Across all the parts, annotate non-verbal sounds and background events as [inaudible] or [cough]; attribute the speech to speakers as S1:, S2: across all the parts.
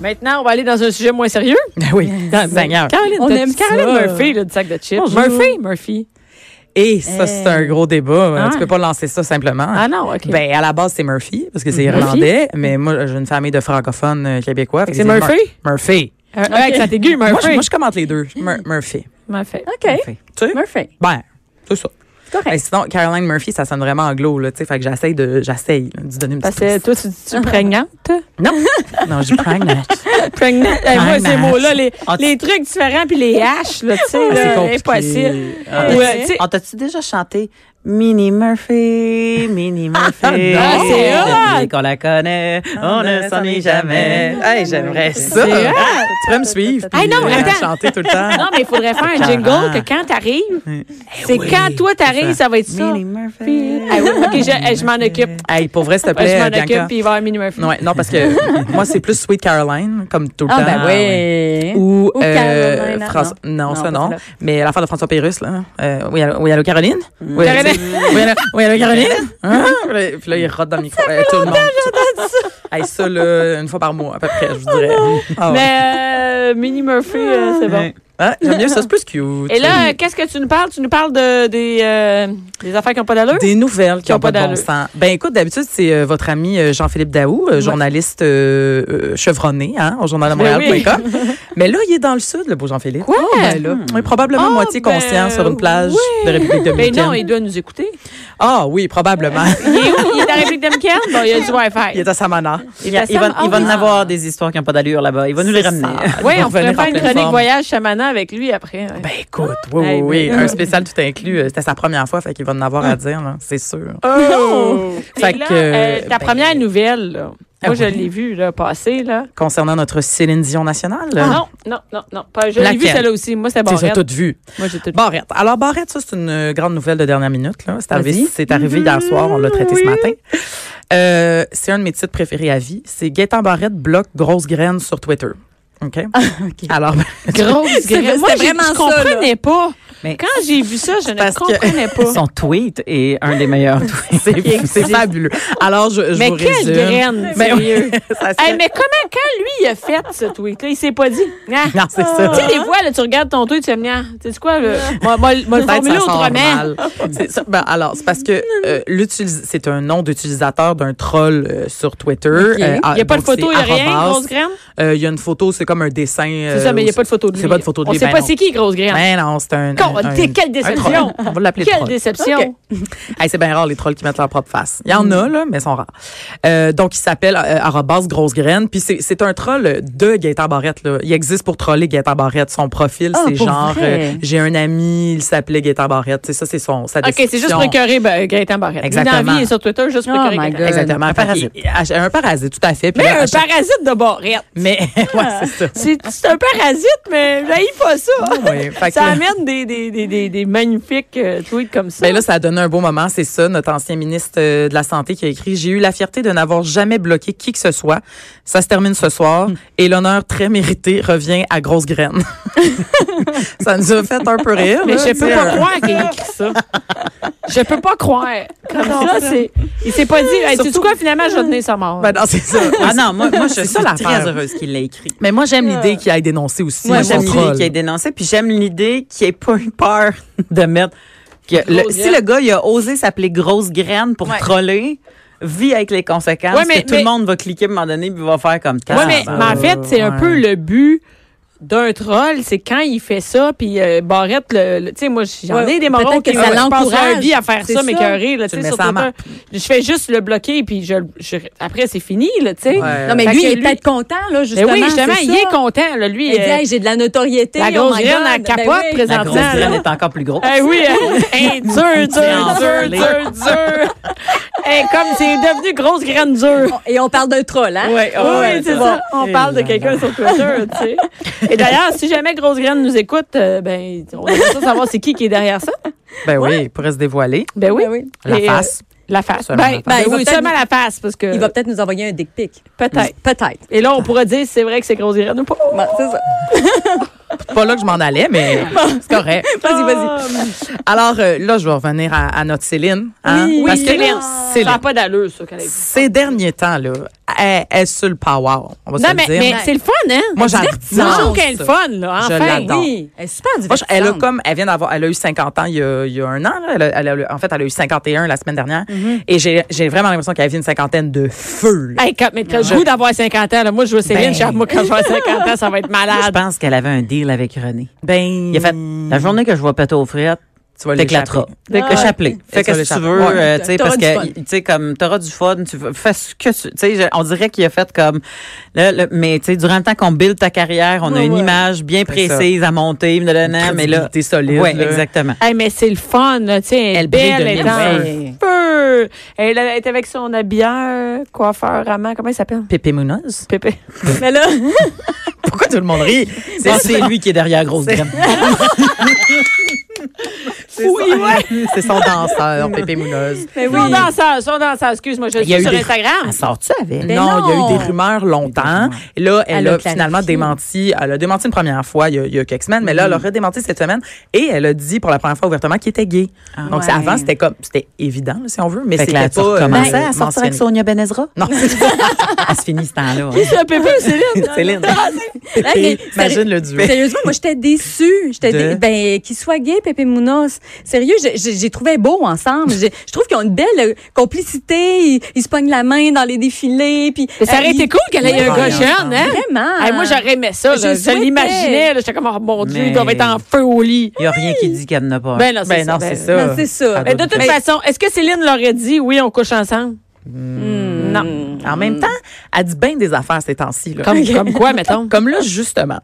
S1: Maintenant, on va aller dans un sujet moins sérieux.
S2: Ben
S1: [laughs]
S2: oui,
S1: Dans-
S2: Seigneur.
S1: Caroline,
S3: On
S1: t'as-
S3: aime
S1: Caroline
S3: ça.
S1: Murphy, là, du sac de chips.
S2: Bonjour.
S1: Murphy, Murphy.
S2: Et ça, c'est un gros débat. hein.
S1: Ah.
S2: Tu peux pas lancer ça simplement.
S1: Ah non, OK.
S2: Ben, à la base, c'est Murphy, parce que c'est
S1: Murphy?
S2: irlandais, mais moi, j'ai une famille de francophones euh, québécois. fait que
S1: c'est
S2: Mur-
S1: Murphy?
S2: Murphy.
S1: Euh, Avec sa aiguë,
S2: [laughs] Moi, je,
S1: Murphy.
S2: moi, je commente les deux. Mur- Murphy.
S1: Murphy.
S3: OK.
S2: Murphy. Tu sais?
S3: Murphy.
S2: Ben, c'est ça.
S3: C'est correct.
S2: Ben, sinon, Caroline Murphy, ça sonne vraiment anglo, là, tu sais. Fait que j'essaye de, j'essaye, là, d'y donner une
S1: Parce
S2: petite
S1: que
S2: twist.
S1: toi, tu dis-tu [laughs] prégnante?
S2: Non. non, je
S1: [laughs]
S2: dis pregnant.
S1: Pregnant. Eh, moi, ces
S2: Pregnant.
S1: mots-là, les,
S2: On-
S1: les trucs différents puis les haches, là, tu sais,
S2: Ah,
S1: là,
S2: compliqué.
S1: impossible.
S2: Ah.
S1: Ouais, tu sais-
S2: On t'a-tu déjà chanté Mini Murphy, Mini Murphy?
S1: Ah, c'est hot!
S2: Depuis qu'on la connaît, on ne s'en est jamais. Hey, j'aimerais ça.
S1: C'est hot!
S2: Tu pourrais me suivre.
S1: Hey, non,
S2: puis, euh,
S1: attends.
S2: chanter tout le temps.
S1: Non, mais il faudrait faire un
S2: C'est
S1: jingle
S2: carrément.
S1: que quand t'arrives, c'est quand toi t'arrives, ça va être ça. Puis-
S2: Mini Murphy.
S1: Ah oui, OK, je, eh, je m'en occupe.
S2: Hey, pour vrai, s'il te
S1: Eh, Je
S2: plaît,
S1: m'en occupe,
S2: Euh, Bianca.
S1: puis il va y avoir Mini Murphy.
S2: Ouais, non, parce que moi, c'est plus Sweet Caroline, comme tout le
S3: Ah,
S2: temps.
S3: ben oui.
S2: Ou,
S3: Ou
S2: euh,
S3: Carolina,
S2: François- Non,
S3: Non,
S2: ça
S3: pas
S2: non.
S3: celle-là.
S2: Mais l'affaire de François Pérus, là. Euh, oui, allô, oui, allô, Caroline? Oui, allô,
S1: Caroline.
S2: oui, allô, oui, allô, Caroline? Hein? Puis là, il rote dans le micro. Euh, tout le monde. Hey, ça, là, une fois par mois, à peu près, je vous dirais. Ah, ouais.
S1: Mais euh, Mini Murphy, euh, c'est bon.
S2: Ah, J'aime mieux ça, c'est plus cute.
S1: Et là, euh, qu'est-ce que tu nous parles? Tu nous parles de, des, euh, des affaires qui n'ont pas d'allure?
S2: Des nouvelles qui
S1: Qui ont
S2: n'ont pas de
S1: pas
S2: bon
S1: d'allure.
S2: sens. Ben écoute, d'habitude, c'est euh, votre ami euh, Jean-Philippe Daou, euh, journaliste euh, euh, chevronné hein, au journal de
S1: Ben
S2: Montréal.com.
S1: [laughs]
S2: Mais là, il est dans le sud, le beau Jean-Philippe.
S1: Quoi?
S2: Ah, ben là, oui, probablement
S1: Ah,
S2: moitié
S1: ben,
S2: conscient sur une plage
S1: oui.
S2: de République
S1: Mais
S2: dominicaine.
S1: Ben non, il doit nous écouter.
S2: Ah oui,
S1: [laughs]
S2: probablement.
S1: Il est où? Il est à la République dominicaine? Bon, il a du Wi-Fi.
S2: il est à Samana.
S1: Il est à
S4: Il va,
S1: Sam-
S4: il
S1: Ah
S4: va
S1: oui.
S4: en avoir des histoires qui n'ont pas d'allure là-bas. Il va nous les
S2: C'est
S4: ramener.
S2: ça.
S1: Oui,
S2: Il va
S1: on pourrait
S2: revenir en
S1: faire une
S2: pleine
S1: chronique
S2: forme.
S1: voyage chamana avec lui après. hein.
S2: Ben écoute, oui,
S1: Hey,
S2: oui, oui.
S1: ben-
S2: Un spécial tout inclus. euh, C'était sa première fois, fait qu'il va en avoir à dire, là, c'est sûr.
S1: Oh!
S2: Fait
S1: là,
S2: que,
S1: euh, ta
S2: ben-
S1: première nouvelle, là.
S2: Ah
S1: moi, je
S2: ouais.
S1: l'ai vue là, passer. Là.
S2: Concernant notre Céline Dion nationale.
S1: Ah,
S2: euh,
S1: Non, non, non, non. Pas, je l'ai
S2: Ah. Laquelle?
S1: vue celle-là aussi. Moi, c'était
S2: Tu les as
S1: Barrette.
S2: toutes vues.
S1: Moi, j'ai tout
S2: Barrette. Alors, Barrette, ça, c'est une euh, grande nouvelle de dernière minute. là. C'est arrivé,
S4: Vas-y.
S2: c'est arrivé
S1: Mmh.
S2: hier soir, on l'a traité ce matin. Euh, c'est un de mes titres préférés à vie. C'est Gaétan Barrette bloque grosse graine sur Twitter. OK?
S1: Ah,
S2: Alors,
S1: Grosse
S3: gra-
S1: graine. Moi,
S3: c'était
S1: j'ai-
S3: vraiment
S1: je
S3: ça,
S1: comprenais pas.
S4: Mais-
S1: Quand j'ai vu ça, je ne
S2: Parce que-
S1: comprenais
S2: [laughs]
S1: pas.
S4: Son tweet est un
S1: [laughs]
S4: des meilleurs tweets.
S2: c'est c'est fabuleux. Alors, je, je
S1: Mais
S2: vous
S1: quelle
S2: résume.
S1: graine,
S2: [laughs] Ben oui,
S1: sérieux.
S2: ça serait-
S1: Hey, mais comment, quand lui, il a fait ce tweet-là, il s'est pas dit. Ah.
S2: [laughs] Non, c'est ça.
S1: Tu sais, des fois, là, tu regardes ton tweet, tu fais, Ah, tu sais quoi, là, moi, moi, moi, le
S2: Peut-être
S1: formuler
S2: ça sort
S1: autrement.
S2: mal. C'est ça. Ben, alors, c'est parce que euh, l'utilis- c'est un nom d'utilisateur d'un troll euh, sur Twitter. Euh,
S1: Il n'y a pas de
S2: donc, c'est
S1: photo, il n'y a rien,
S2: arrobase.
S1: grosse graine.
S2: Euh, Il y a une photo, c'est comme un dessin.
S1: C'est ça, mais il n'y a pas de photo de lui.
S2: C'est pas de photo de
S1: On
S2: lui,
S1: sait
S2: ben
S1: pas
S2: non.
S1: c'est qui, grosse graine.
S2: Mais non, c'est un.
S1: Con-
S2: un- un-
S1: t'es- quelle déception!
S2: un troll. On va l'appeler
S1: Quelle
S2: troll.
S1: déception!
S2: Hey, c'est bien rare les trolls qui mettent leur propre face. Il y en
S1: Mm.
S2: a là, mais ils sont rares. Euh, donc il s'appelle euh, arobase grosse graine. Puis c'est c'est un troll de Gaëtan Barrette là. Il existe pour troller Gaëtan Barrette. Son profil
S3: Ah,
S2: c'est
S3: pour
S2: genre
S3: vrai?
S2: euh, j'ai un ami, il s'appelait Gaëtan Barrette. C'est ça, c'est son sa
S1: OK, c'est juste
S2: description.
S1: pour écœurer ben, Gaëtan Barrette. Lui, Dans la vie,
S2: Exactement.
S1: il est sur Twitter, juste pour
S3: Oh
S1: écœurer
S3: my
S1: Gaëtan.
S3: God.
S2: Exactement.
S4: Un
S2: Fait qu'il- à- Un parasite, tout à fait. Puis
S1: Mais
S2: là, à
S1: un
S2: chaque-
S1: parasite de Barrette.
S2: Mais [laughs] ouais, c'est ça.
S1: C'est c'est un parasite, mais j'haïs pas ça.
S2: Oui, fait
S1: [laughs] Ça
S2: que-
S1: amène des, des, des, des, des magnifiques euh, tweets comme ça.
S2: Ben là, ça a donné un beau moment, c'est ça, notre ancien ministre euh, de la Santé qui a écrit « J'ai eu la fierté de n'avoir jamais bloqué qui que ce soit. Ça se termine ce soir et l'honneur très mérité revient à Grosse Graine. » [laughs] Ça nous a fait un peu rire.
S1: mais
S2: là,
S1: je
S2: tu
S1: peux
S2: sais,
S1: pas
S2: euh,
S1: croire qu'il a écrit ça. Je peux pas
S3: [laughs]
S1: croire. Comme ça, c'est. Il s'est pas dit, hey, tu sais quoi, finalement, je vais tenir sa mort.
S2: ben non, c'est ça.
S4: Ah non, moi, moi je suis
S2: ça, l'affaire.
S4: très heureuse qu'il l'ait écrit.
S2: Mais moi, j'aime l'idée qu'il aille dénoncer aussi.
S4: Moi,
S2: le
S4: j'aime l'idée
S2: contrôle.
S4: qu'il ait dénoncé, puis j'aime l'idée qu'il ait pas eu peur de mettre. que le-
S1: Grosse
S4: si
S1: graine.
S4: le gars il a osé s'appeler grosse graine pour
S2: Ouais.
S4: troller, vit avec les conséquences,
S1: Ouais, mais-
S4: que tout le
S1: mais-
S4: monde va cliquer à un moment donné, puis va faire comme
S1: Oui, mais,
S4: Tabarnak.
S1: mais en fait, c'est un
S2: ouais.
S1: peu le but d'un troll, c'est quand il fait ça, puis euh, Barrette, le, le- tu sais, moi, j'en
S3: Ouais,
S1: ai des morons
S3: peut-être que
S1: qui
S3: ça
S1: je pense
S3: l'encourage.
S1: à un vie à faire
S3: C'est
S1: ça,
S3: ça.
S1: m'écœurer, là,
S2: Tu
S1: tu
S2: le
S1: sais,
S2: mets
S1: sur
S2: ça en
S1: Twitter. Je fais juste le bloquer, puis je, je- après, c'est fini, là, tu sais.
S2: Ouais.
S3: Non, mais
S1: Euh, Fait
S3: lui,
S1: que
S3: il est
S1: lui-
S3: peut-être content, là,
S1: Mais
S3: Ben justement.
S1: oui, justement,
S3: c'est
S1: il
S3: ça.
S1: est content, là, lui.
S3: Il dit,
S1: euh,
S3: hey, j'ai de la notoriété.
S1: la grosse
S3: oh my
S1: graine,
S3: God.
S1: elle capote
S3: Ben oui.
S1: présentement.
S4: la grosse graine
S1: là.
S4: est encore plus grosse.
S1: Eh [laughs] oui, euh, hey, dur, dur, dur, dur, dur. Eh, comme c'est devenu grosse graine dure.
S3: Et on parle d'un troll, hein?
S4: Ouais,
S1: Oui,
S4: ouais, ouais,
S1: c'est
S4: ça.
S1: ça. On parle de quelqu'un sur Twitter, tu sais. Et d'ailleurs, si jamais Grosse Graine nous écoute, euh, ben, on aimerait ça savoir c'est qui qui est derrière ça.
S2: Ben oui, il pourrait se dévoiler.
S1: Ben oui.
S3: Ben oui.
S2: La
S1: Et, euh,
S2: face.
S1: la face.
S2: Seulement la
S1: Ben,
S2: face.
S1: ben
S3: Il va
S1: oui,
S3: peut-être-
S1: seulement la face, parce que
S3: Il va peut-être nous envoyer un dick pic.
S1: peut-être.
S3: Euh.
S1: Ah,
S3: Peut-être.
S1: Et là, on pourra dire si c'est vrai que c'est Grosse Graine ou pas.
S3: Bon, c'est ça.
S2: Pas là que je m'en allais, [laughs] mais c'est correct.
S3: Vas-y, vas-y.
S2: Alors euh, là, je vais revenir à, à notre Céline. hein,
S1: Oui,
S2: parce que
S1: Céline.
S2: là,
S1: Ça
S2: Céline.
S1: n'a pas d'allure, ça, qu'elle a dit.
S2: Ces derniers temps, là, elle, elle est sur le power. On va se
S1: Non,
S2: le
S1: mais,
S2: dire.
S1: mais c'est le fun, hein?
S2: Moi, j'adore
S1: Moi, je trouve qu'elle est le fun, là.
S2: Je
S1: Enfin.
S2: l'adore.
S3: Oui, elle est super
S2: Moi, je-
S3: divertissante.
S2: elle a comme, elle vient d'avoir, elle a eu 50 ans il y a, il y a un an. là. Elle a- elle a eu- en fait, elle a eu 51 la semaine dernière. Et j'ai, j'ai vraiment l'impression qu'elle vit une cinquantaine de feu. là.
S1: Hey, quand, mais quand je goût d'avoir 50 ans, là, moi, je veux Céline
S2: Ben.
S1: Charme, moi, quand je vais à 50 ans, ça va être
S4: Je [laughs]
S1: malade.
S4: pense qu'elle avait un deal avec René.
S2: Ben,
S4: Il a fait la journée que je vais péter aux frettes,
S2: tu vas
S4: t'éclateras.
S2: Ah
S4: Échappé.
S2: Et
S4: Fais
S2: tu vas
S4: ce Ah
S2: l'échapper.
S4: que tu veux,
S2: Ouais.
S4: euh, tu sais,
S3: T'auras
S4: parce
S3: du fun.
S4: que, tu sais, comme, t'auras du fun, tu vas- fais ce que tu, tu sais, je- on dirait qu'il a fait comme, là, là, mais tu sais, durant le temps qu'on build ta carrière, on a
S3: Ouais,
S4: une
S3: ouais.
S4: image bien
S2: C'est ça.
S4: précise à monter, blablabla, mais là,
S2: t'es solide.
S4: ouais,
S2: là.
S4: exactement.
S1: Hey, mais c'est le fun, là. Tu sais, elle,
S4: Elle
S1: elle
S4: brille
S1: belle,
S4: de
S1: elle est en
S4: mille feux.
S1: feu. Elle elle est avec son habilleur, coiffeur, amant, comment il s'appelle?
S4: Pépé Mounoz.
S1: Pépé.
S3: Mais là,
S2: Pourquoi tout le monde rit? Ah,
S4: C'est c'est lui qui est derrière Grosse Graine.
S2: C'est son, [laughs] c'est son danseur, Pépé Mounoz.
S3: mais oui.
S1: Son danseur, son danseur, excuse-moi, je
S4: Il y a
S1: suis
S4: eu
S1: sur
S4: des-
S1: Instagram.
S4: [laughs] Elle sort-tu avec?
S3: Mais
S2: non, il y a eu
S3: non.
S2: des rumeurs longtemps.
S4: rumeurs.
S2: Et là, elle,
S3: Elle
S2: a,
S3: a
S2: finalement
S3: clarifié.
S2: démenti. Elle a démenti une première fois il y a, il y a quelques semaines, mais là, elle a redémenti cette semaine. Et elle a dit pour la première fois ouvertement qu'il était gay. Donc, c'est-
S3: Ouais.
S2: avant, c'était comme, c'était évident, là, si on veut, mais
S4: Fait que
S2: c'était pas.
S4: là, tu recommences.
S2: euh,
S4: Ben, elle sortir
S2: mentionné.
S4: avec Sonia Benezra?
S2: Non,
S4: Elle se finit ce temps-là.
S1: Qui c'est Pépé ou
S4: [laughs]
S1: Céline?
S2: Céline. [laughs]
S3: Ah, mais
S2: Imagine le duo.
S3: [laughs] Sérieusement, moi, j'étais déçue. J'étais
S2: De?
S3: dé- ben, qu'il soit gay, Pépé Mounos. Sérieux, j'ai- j'ai j'ai trouvé beau ensemble. J'ai- Je trouve qu'ils ont une belle euh, complicité. Ils, ils se pognent la main dans les défilés. Puis,
S1: Mais ça
S3: euh,
S1: aurait
S3: ils-
S1: été cool qu'elle ait
S2: Oui,
S1: un gars
S2: ensemble.
S1: jeune, hein?
S3: Vraiment.
S1: Hey, moi, j'aurais aimé ça. là.
S3: Je
S1: Je l'imaginais. là. J'étais comme, oh mon Dieu,
S4: Mais-
S1: il doit être en feu au lit.
S4: Il n'y a rien qui dit qu'elle n'a pas.
S1: Ben non, c'est
S2: Ben non,
S1: ça. ben-
S2: c'est ça. Ah, ben,
S3: Non, c'est ça.
S2: Elle
S1: Mais de toute
S3: Mais-
S1: façon, est-ce que Céline l'aurait dit, oui, on couche ensemble?
S3: Hmm.
S1: Non.
S2: En même temps, elle dit bien des affaires ces temps-ci. là.
S1: Comme,
S2: [laughs]
S1: comme quoi, mettons?
S2: Comme là, justement.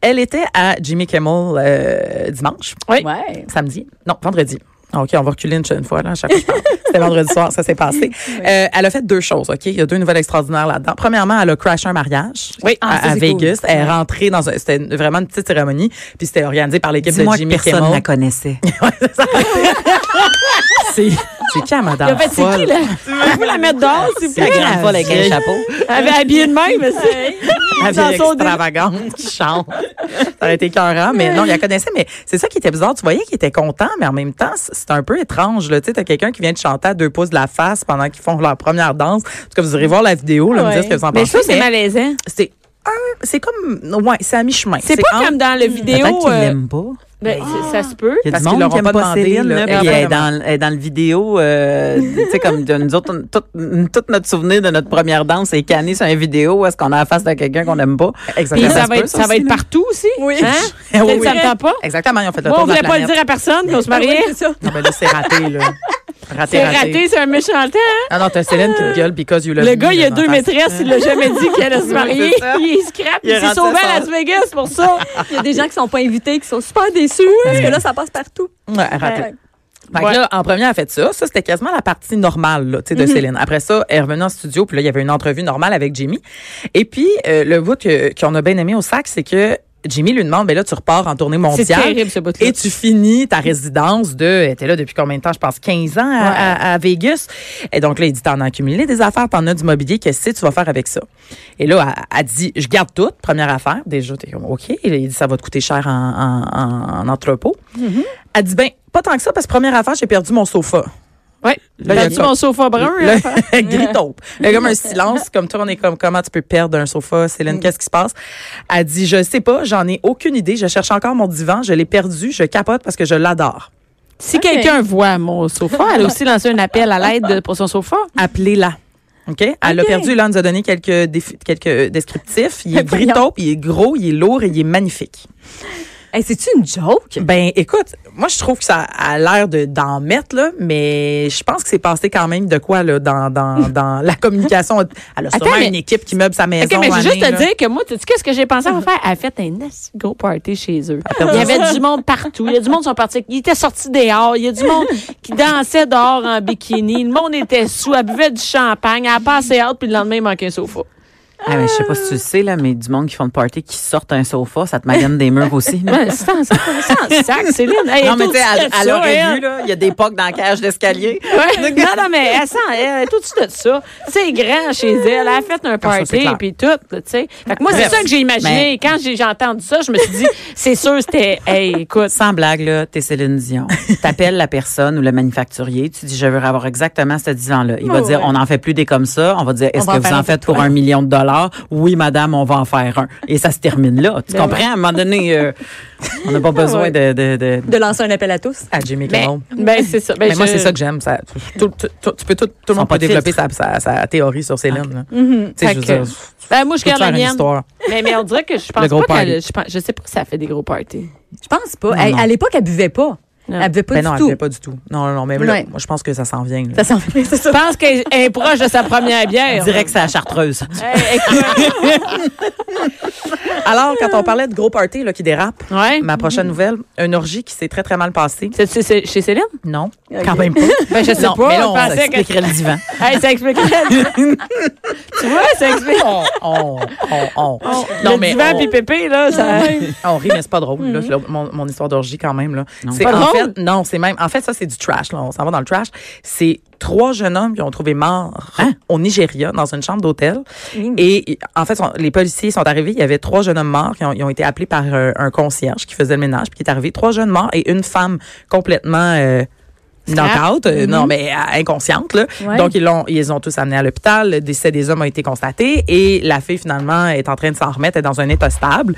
S2: Elle était à Jimmy Kimmel euh, dimanche.
S3: Ouais.
S2: Samedi? Non, vendredi. Ah, OK, on va reculer une, une fois, là, à chaque fois. que je parle. C'était vendredi soir, ça
S1: [laughs]
S2: s'est passé. Euh, elle a fait deux choses, OK? Il y a deux nouvelles extraordinaires là-dedans. Premièrement, elle a crashé un mariage
S1: Oui.
S2: à,
S3: Ah, ça,
S2: à
S3: c'est
S2: Vegas. Elle est rentrée dans un... C'était une- vraiment une petite cérémonie, puis c'était organisé par l'équipe de
S4: Dis-moi que
S2: Jimmy
S4: personne ne la
S2: Kimmel.
S4: connaissait.
S2: [laughs] C'est c'est qui, la Ah, madame?
S1: Il a fait, c'est
S2: folle?
S1: qui,
S2: [laughs]
S1: là? Vous la mettre dehors, s'il vous
S4: C'est la
S1: plaît?
S4: grande folle avec un
S2: vieille.
S4: chapeau.
S1: Elle avait habillé de même, c'est.
S2: La
S1: Dans
S2: vieille
S1: son dé-
S2: extravagante qui chante. Ça aurait été écœurant, mais non, il la connaissait, mais c'est ça qui était bizarre. Tu voyais qu'il était content, mais en même temps, c- c'est un peu étrange. là. Tu sais, t'as quelqu'un qui vient te chanter à deux pouces de la face pendant qu'ils font leur première danse. En tout cas, vous irez voir la vidéo, là, me dire ce que vous en
S1: Mais je
S2: pensez.
S1: trouve que c'est
S2: mais
S1: malaisant.
S2: c'est un- c'est comme, ouais, c'est à mi-chemin.
S1: C'est pas comme dans le
S4: Peut-être
S1: vidéo.
S4: qu'il
S1: euh,
S4: l'aime pas.
S1: ben, c'est- ça se peut.
S4: Il y a
S2: Parce
S4: du
S2: qu'ils
S4: monde
S2: l'auront
S4: qui aime
S2: pas
S4: pas, euh,
S2: demandé,
S4: Céline,
S2: là.
S4: là, puis elle est
S2: Probablement.
S4: dans, elle est dans le vidéo, euh, tu sais, comme de- nous autres, on- tout, tout notre souvenir de notre première danse est canné sur une vidéo où est-ce qu'on a la face de quelqu'un qu'on n'aime pas.
S1: Puis
S2: Exactement.
S1: ça,
S2: se
S1: va
S2: peut,
S1: être, ça va
S2: aussi,
S1: être
S2: là.
S1: partout aussi.
S3: Oui.
S1: Hein?
S2: Eh oui,
S1: Peut-être Ça
S2: oui.
S1: me tente pas?
S2: Exactement, ils ont fait le
S1: Moi, on
S2: tour de la
S1: voulait pas le
S2: planète.
S1: dire à personne qu'on se mariait.
S3: c'est ça.
S2: Non, ben là, c'est raté, là. Raté,
S1: [laughs] C'est raté, c'est un méchant temps. hein?
S2: Ah non, t'as Céline qui te gueule because you love
S1: Le
S2: me,
S1: gars, il
S2: là,
S1: a
S2: dans
S1: deux
S2: ta-
S1: maîtresses, il l'a jamais dit qu'il
S2: [laughs]
S1: allait se
S2: Oui,
S1: marier.
S2: c'est ça.
S1: Il scrape, il
S2: Il est
S1: s'est
S2: rentré
S1: sauvé
S2: sans-
S1: à Las Vegas pour ça.
S3: Il y a des gens qui sont pas invités, qui sont super déçus. Parce que là, ça passe partout.
S2: Ouais, raté.
S3: Ouais.
S2: Fait que
S1: Ouais.
S2: là, en premier, elle a fait ça. Ça, c'était quasiment la partie normale là, tu sais, de
S1: Mhm.
S2: Céline. Après ça, elle est revenue en studio, puis là, il y avait une entrevue normale avec Jimmy. Et puis, euh, le bout que- qu'on a bien aimé au sac, c'est que Jimmy lui demande, ben là, tu repars en tournée
S1: C'est
S2: mondiale.
S1: terrible, ce bout-là.
S2: Et tu finis ta résidence de. Elle était là depuis combien de temps? Je pense 15 ans à, à- à Vegas. Et donc là, il dit T'en as accumulé des affaires, t'en as du mobilier, qu'est-ce que tu vas faire avec ça? Et là, elle, elle dit Je garde tout, première affaire. Déjà, t'es comme OK. Et là, il dit Ça va te coûter cher en, en- en- en entrepôt. Elle dit Ben, pas tant que ça, parce que première affaire, j'ai perdu mon sofa.
S1: Ouais.
S2: Là, il y a
S1: T'as dit
S2: comme-
S1: mon sofa brun? hein?
S2: Le- [laughs] Gris taupe. Il y a comme un silence, comme toi, on est comme comment tu peux perdre un sofa, Céline, qu'est-ce qui se passe? Elle dit Je sais pas, j'en ai aucune idée, je cherche encore mon divan, je l'ai perdu, je capote parce que je l'adore.
S1: Si quelqu'un voit mon sofa, elle a aussi lancé un appel à l'aide de- pour son sofa.
S2: Appelez-la. OK? Elle a
S3: OK.
S2: perdu, là, elle nous a donné quelques, défi- quelques descriptifs. Il est
S1: [laughs]
S2: gris
S3: Voyons.
S2: taupe, il est gros, il est lourd et il est magnifique.
S3: Hey, C'est-tu une joke?
S2: Ben, écoute, moi, je trouve que ça a l'air de- d'en mettre, là, mais je pense que c'est passé quand même de quoi, là, dans,
S1: [laughs]
S2: dans, dans la communication. Elle a sûrement
S1: Attends, mais-
S2: une équipe qui meuble sa maison.
S1: OK, mais je veux juste
S2: année,
S1: te
S2: là.
S1: dire que moi, tu sais qu'est-ce que j'ai pensé à faire? Elle a fait un nice gros party chez eux. Il y avait du monde partout. Il y a du monde qui sont partis. Ils étaient sortis dehors. Il y a du monde qui dansait dehors en bikini. Le monde était sous. Elle buvait du champagne. Elle passait hâte, puis le lendemain, il manquait un sofa.
S4: Ah, mais je sais pas si tu le sais, là, mais du monde qui font le party, qui sortent un sofa, ça te magane des murs aussi. là. [laughs]
S1: Ouais, C'est en c'est en sac, Céline. Elle est
S4: Non, mais tu
S1: toute
S4: sais, elle,
S1: de ça,
S4: elle aurait vu,
S1: elle.
S4: là, il y a des pocs dans la cage d'escalier. [laughs]
S1: Ouais. Non, non, mais elle sent, elle est tout de suite ça. C'est grand chez elle. Elle a
S4: Ah,
S1: fait un
S2: ça, c'est
S1: party,
S2: clair.
S1: puis tout, là, tu sais. Fait que moi, c'est
S4: Bref.
S1: ça que j'ai imaginé.
S4: Mais-
S1: Quand j'ai j'ai entendu ça, je me suis dit, c'est sûr, c'était, hey, écoute.
S4: Sans blague, là, t'es
S1: [laughs]
S4: Céline Dion. T'appelles la personne ou le manufacturier, tu dis, je veux avoir exactement ce divan-là. Il va
S1: Oh,
S4: dire,
S1: ouais.
S4: on n'en fait plus des comme ça. On va dire, est-ce
S1: va en
S4: que vous
S1: faire un
S4: en faites pour un million de dollars? Oui, madame, on va en faire un. Et ça se termine là. Tu
S1: Ben
S4: comprends? À un moment
S1: [laughs]
S4: donné, euh, on n'a pas besoin de, de, de-
S3: de lancer un appel à tous.
S2: à Ah, Jimmy
S1: Ben,
S2: Kimmel.
S1: ben, c'est ça. Ben,
S2: mais moi,
S1: je-
S2: c'est ça que j'aime. Ça, tout, tout- tout- tu peux tout, tout le
S4: Sans
S2: monde
S4: pas
S2: peut
S4: de
S2: développer sa, sa, sa théorie sur Céline. là. Tu sais,
S1: Mhm. Fait
S2: je veux
S1: que-
S2: dire,
S1: Ben, moi, je
S2: tout
S1: garde la
S2: faire une
S1: mienne.
S2: histoire.
S1: Mais, mais on dirait que je
S2: [laughs] Le
S1: pense
S2: gros
S1: pas qu'elle,
S2: party.
S1: je, pense- je sais pas si ça fait des gros parties.
S3: Je pense pas.
S4: Non,
S3: Elle-
S4: non.
S3: à l'époque, elle buvait pas.
S1: Non.
S3: Elle buvait pas
S2: Ben
S3: du
S2: non, elle
S3: tout.
S2: voulait pas du tout. Non, non, non, mais là,
S3: Ouais.
S2: moi, je pense que ça s'en vient. là.
S3: Ça s'en fait, c'est
S1: Je
S3: ça.
S1: pense qu'elle est proche de sa première bière.
S4: direct, c'est
S1: [laughs]
S4: la chartreuse.
S1: Hey, écoute.
S2: Alors, quand on parlait de gros party là, qui dérape,
S1: ouais.
S2: ma prochaine nouvelle, une orgie qui s'est très, très mal passée.
S1: C'est- c'est- c'est chez Céline?
S2: Non, quand même pas.
S1: Ben, je sais
S2: Non,
S1: pas.
S2: mais là,
S1: je
S2: on
S1: pensais que-
S4: T'écris le divan.
S1: Hey, ça explique.
S2: [laughs]
S1: tu vois, ça explique.
S2: on, on, on, on.
S1: le divan
S2: on-
S1: puis pépé, là, ça.
S2: [laughs] Ah, On rit, mais c'est pas drôle, là, là, mon, mon histoire d'orgie quand même. Là. C'est
S1: Mhm. Pas
S2: en
S1: drôle?
S2: fait, non, c'est même. En fait, ça, c'est du trash. Là. On s'en va dans le trash. C'est trois jeunes hommes qui ont trouvé morts au Nigeria dans une chambre d'hôtel. Et et, en fait, sont- les policiers sont arrivés. Il y avait trois jeunes hommes morts qui ont, ils ont été appelés par euh, un concierge qui faisait le ménage, puis qui est arrivé. Trois jeunes morts et une femme complètement. euh, Knockout, euh,
S1: Mm-hmm.
S2: non mais euh, inconsciente là.
S3: Ouais.
S2: Donc ils l'ont, ils les ont tous amenés à l'hôpital. Le décès des hommes a été constaté et la fille finalement est en train de s'en remettre, est dans un état stable.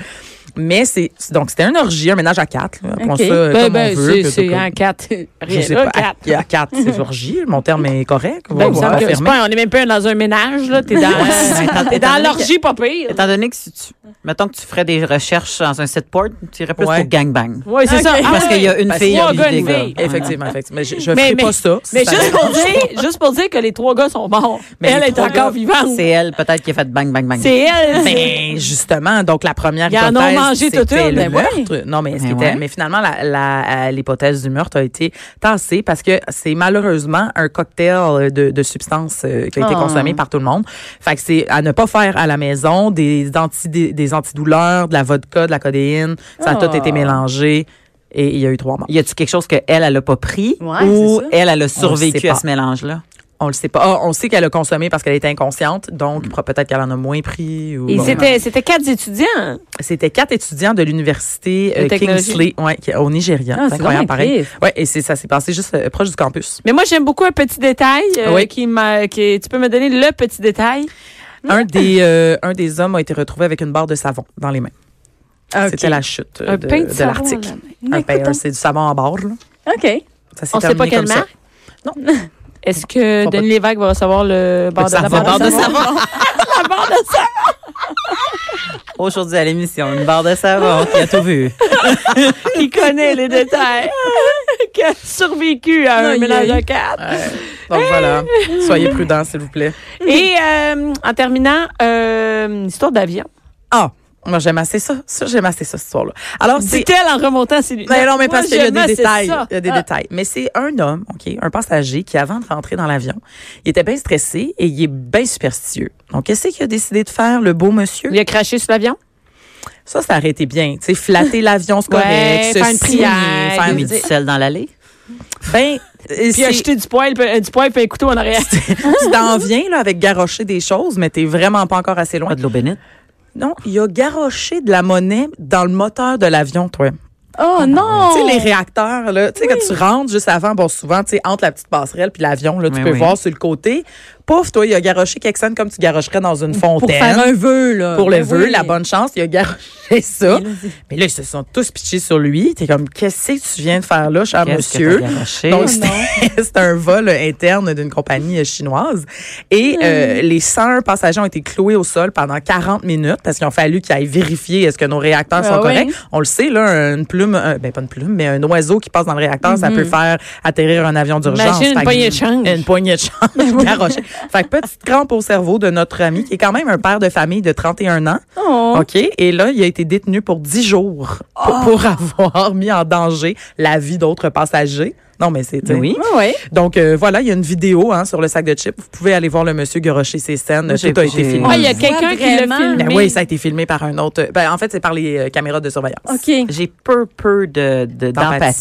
S2: Mais c'est c'est- donc c'était une orgie, un ménage à quatre. Là, Appelons
S3: Ok.
S2: ça euh,
S1: Ben,
S2: comme
S1: ben,
S2: on veut.
S1: c'est
S2: que-
S1: c'est
S2: que-
S1: en quatre.
S2: je
S1: Rien
S2: sais
S1: là,
S2: pas. Ah, à-
S1: quatre.
S2: à quatre,
S1: [laughs]
S2: c'est orgie. Mon terme est correct.
S1: Ben, il me
S2: Vous- vous
S1: semble que c'est
S2: confirmez.
S1: pas- on est même pas dans un ménage, là. T'es dans, t'es dans l'orgie, pas pire.
S4: Étant donné que si tu, mettons que tu ferais des recherches dans un set port, tu irais plus
S2: Ouais.
S4: pour gangbang.
S1: Oui, c'est
S3: Ok.
S1: ça. Ah
S4: Parce qu'il y a
S1: ouais.
S4: une
S1: Parce
S4: fille,
S1: qu'il y a
S4: il y
S1: un
S4: a
S1: gars,
S4: des
S1: une
S4: gars.
S1: fille.
S2: Effectivement, effectivement. Mais je, je
S1: Mais-
S2: ferai
S1: mais-
S2: pas ça. si
S1: Mais
S2: ça
S1: juste
S2: dérange.
S1: pour, dire, juste pour dire que les trois gars sont morts.
S2: Mais
S1: elle
S2: les
S1: est
S2: trois
S1: encore
S2: gars, Ben,
S1: vivante.
S4: C'est elle, peut-être, qui a fait bang, bang, bang.
S1: C'est elle.
S2: Mais
S1: [laughs]
S2: justement, donc la première
S1: Ils en ont
S2: hypothèse,
S1: mangé
S2: c'était
S1: toute une,
S2: le
S1: ben ouais.
S2: meurtre. Non, mais, ce qui
S4: Ben
S2: était-
S4: ouais.
S2: mais finalement, la- la- euh, l'hypothèse du meurtre a été tassée parce que c'est malheureusement un cocktail de, de substances euh, qui a été
S4: Ah.
S2: consommé par tout le monde. Fait que c'est à ne pas faire à la maison des, anti, des, des antidouleurs, de la vodka, de la codéine. Ça a tout
S1: Ah.
S2: été mélangé et il y a eu trois morts.
S4: Y a-tu quelque chose qu'elle, elle a pas pris
S3: Ouais,
S4: ou
S3: c'est ça.
S4: elle, elle a
S2: sait
S4: survécu
S2: pas.
S4: à ce mélange-là?
S2: On le sait pas. Ah, on sait qu'elle a consommé parce qu'elle était inconsciente, donc peut-être qu'elle en a moins pris. Ou
S1: Et
S2: Bon. ben.
S1: c'était, c'était quatre étudiants.
S2: C'était quatre étudiants de l'université
S1: De
S2: euh,
S1: technologie.
S2: Kingsley, ouais, qui- au Nigeria.
S3: Ah, c'est
S2: incroyable,
S3: vraiment
S2: pareil.
S3: triste.
S2: Ouais, et c'est ça s'est passé juste euh, proche du campus.
S1: Mais moi, j'aime beaucoup un petit détail. euh,
S2: Oui.
S1: qui m'a, qui, tu peux me donner le petit détail?
S2: Un des euh, un des hommes a été retrouvé avec une barre de savon dans les mains.
S3: OK.
S2: C'était la chute euh,
S1: Un
S2: de,
S1: pain de
S2: de
S1: savon,
S2: l'article.
S1: là.
S2: Un
S3: Mais
S2: pain,
S3: écoute, hein.
S2: c'est du savon en barre. Là.
S3: OK.
S2: Ça s'est
S1: On sait pas
S2: terminé
S1: quelle
S2: comme ça.
S1: marque? Est-ce que
S2: Faut pas-
S1: Denis Lévesque va recevoir le bord de,
S2: savon.
S1: la barre
S2: Barre de
S1: savon?
S2: [laughs]
S1: La barre de savon.
S4: Aujourd'hui à l'émission, une barre de
S2: Ah.
S4: savon qui a tout vu.
S1: Il connaît les
S2: [laughs]
S1: détails. Qui a survécu à un
S3: Aïe,
S1: mélange
S3: aïe.
S1: à quatre.
S2: Ouais. Donc
S1: [laughs]
S2: voilà, soyez prudents s'il vous plaît.
S1: Et euh, en terminant, euh, histoire d'avion.
S2: Ah, moi j'aime assez ça. Ça j'aime assez ça ce soir-là. Alors c'est
S1: Dit-elle en remontant ses lunettes.
S2: Mais Ben non, mais
S1: Moi,
S2: parce qu'il y a
S1: j'aimais,
S2: des
S1: c'est
S2: détails.
S1: ça.
S2: Il y a des
S1: Ah.
S2: détails. Mais c'est un homme, OK, un passager qui, avant de rentrer dans l'avion, il était bien stressé et il est bien superstitieux. Donc, qu'est-ce qu'il a décidé de faire, le beau monsieur?
S1: Il a craché sur l'avion?
S2: Ça, ça aurait été bien. Tu sais, flatter l'avion, c'est correct.
S1: Ouais,
S2: se
S1: faire une
S2: signer,
S1: prière,
S2: faire
S1: des-
S2: une-
S4: Mais du sel dans l'allée?
S2: Ben, euh,
S1: Puis il a
S2: c'est-
S1: jeté du poil, puis- euh, du poil puis un couteau en arrière.
S2: [laughs] tu t'en viens là, avec garrocher des choses, mais t'es vraiment pas encore assez loin.
S4: Pas de l'eau bénite?
S2: Non, il a garoché de la monnaie dans le moteur de l'avion, toi.
S3: Oh
S2: Ah, Tu sais,
S3: non!
S2: les réacteurs, là, tu sais, quand tu rentres juste avant, bon, souvent, tu sais, entre la petite passerelle puis l'avion, là, tu
S4: Oui,
S2: peux
S4: oui.
S2: voir sur le côté. Pouf, toi, il a garoché quelque scène comme tu garocherais dans une fontaine.
S3: Pour faire un vœu, là. Ben
S2: Pour le
S3: Oui.
S2: vœu, la bonne chance, il a garoché ça. Mais là, ils se sont tous pitchés sur lui. T'es comme, qu'est-ce que tu viens de faire là, cher
S4: Qu'est-ce que
S2: monsieur?
S4: t'as garoché?
S2: Donc, [laughs] c'était c'était un vol interne d'une compagnie chinoise. Et
S1: Ah.
S2: euh, les 100 passagers ont été cloués au sol pendant 40 minutes parce qu'ils ont fallu qu'ils aillent vérifier est-ce que nos réacteurs
S1: Ben
S3: Ah
S2: sont
S3: oui.
S2: corrects. On le sait, là, une plume, un- ben pas une plume, mais un oiseau qui passe dans le réacteur, ça peut faire atterrir un avion d'urgence.
S1: Mhm. Imagine une
S2: Fait que-
S1: poignée de change. Ben
S2: Une poignée de [laughs] change. garochée. fait que petite crampe au cerveau de notre ami qui est quand même un père de famille de 31 ans.
S3: Oh.
S2: OK. Et là, il a été détenu pour 10 jours pour, pour avoir mis en danger la vie d'autres passagers. Non, mais c'est.
S3: Oui,
S4: Oui.
S3: oui.
S2: Donc euh, voilà, il y a une vidéo hein, sur le sac de chips. Vous pouvez aller voir le monsieur garocher ses scènes.
S4: J'ai-
S2: Tout a été
S4: j'ai-
S2: filmé.
S1: Ah, il y a
S3: On voit
S1: quelqu'un qui l'a
S3: vraiment.
S1: Ah, filmé.
S2: Ben oui, ça a été filmé par un autre. Ben, en fait, c'est par les euh, caméras de surveillance.
S3: OK.
S4: J'ai peu, peu de, de-
S2: D'empathie.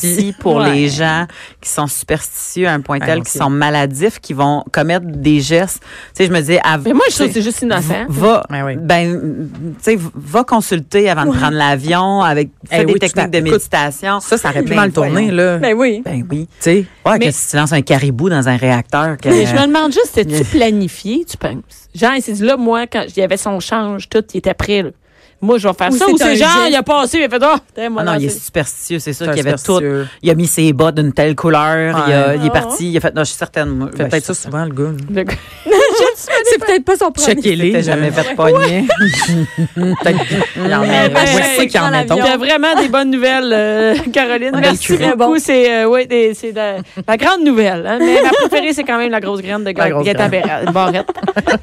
S4: d'empathie pour
S1: Ouais.
S4: les gens qui sont superstitieux à un point
S2: Ouais,
S4: tel,
S2: moi
S4: qui
S2: aussi.
S4: sont maladifs, qui vont commettre des gestes. Tu sais, je me dis, à-
S1: Mais moi, je trouve que
S4: tu sais,
S1: c'est juste innocent.
S4: Va,
S2: Ouais, ouais.
S4: ben, tu sais, va consulter avant de prendre l'avion avec fais
S2: Eh
S4: des
S2: oui, tout à-
S4: techniques de
S2: écoute,
S4: méditation.
S2: Ça, ça aurait pu
S4: Ben,
S2: mal tourner,
S4: voyons.
S2: là.
S3: Ben oui.
S4: Ben oui.
S2: tu sais.
S4: Ouais,
S1: Mais-
S4: que si tu lances un caribou dans un réacteur, que,
S1: Mais je me demande juste, c'était-tu
S4: Mais-
S1: planifié, tu penses? Genre, il s'est dit, là, moi, quand il y avait son change, tout, il était prêt, là. Moi, je vais faire
S3: Ou
S1: ça. Ou
S3: c'est
S1: c'est
S3: un
S1: genre,
S3: geste.
S1: il a passé, il a fait, oh, putain, moi,
S4: Ah non,
S1: là,
S4: il est
S1: c'est-
S4: superstitieux, c'est sûr
S2: C'est un
S4: qu'il avait tout.
S2: superstitieux.
S4: Il a mis ses bas d'une telle couleur, il, a-
S2: Ouais.
S4: il est
S3: Ah.
S4: parti, il a fait, non, je suis certaine. moi,
S2: Fait
S4: ben,
S2: peut-être
S4: je
S2: ça
S4: suis
S2: souvent, le gars.
S1: Le gars-
S3: C'est peut-être pas son premier.
S2: Checkez-les.
S4: T'as
S2: là.
S4: jamais fait pogner. [laughs]
S2: Peut-être- Il y en
S1: Eh
S2: a-
S1: ben,
S2: Moi, je sais qu'il y en a
S3: prends
S1: Il
S2: d'autres.
S1: y a vraiment des bonnes nouvelles, euh, [laughs] Caroline.
S2: Belle
S1: Merci
S2: cuvée.
S1: beaucoup. C'est euh, ouais, des- c'est de- la grande nouvelle. hein. Mais ma préférée, c'est quand même la grosse graine de
S2: La grosse
S1: Gaëtan Barrette. Barrette.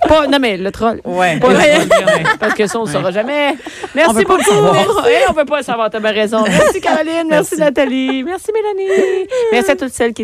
S1: Pas, non, mais le troll.
S4: Ouais.
S1: Pas le troll, parce que ça, on ne saura jamais. Merci
S2: veut pas
S1: beaucoup.
S2: le savoir.
S1: Merci. Eh, on ne peut pas le savoir, tu as raison. Merci, Caroline. Merci, Nathalie. Merci, Mélanie. Merci à toutes celles qui étaient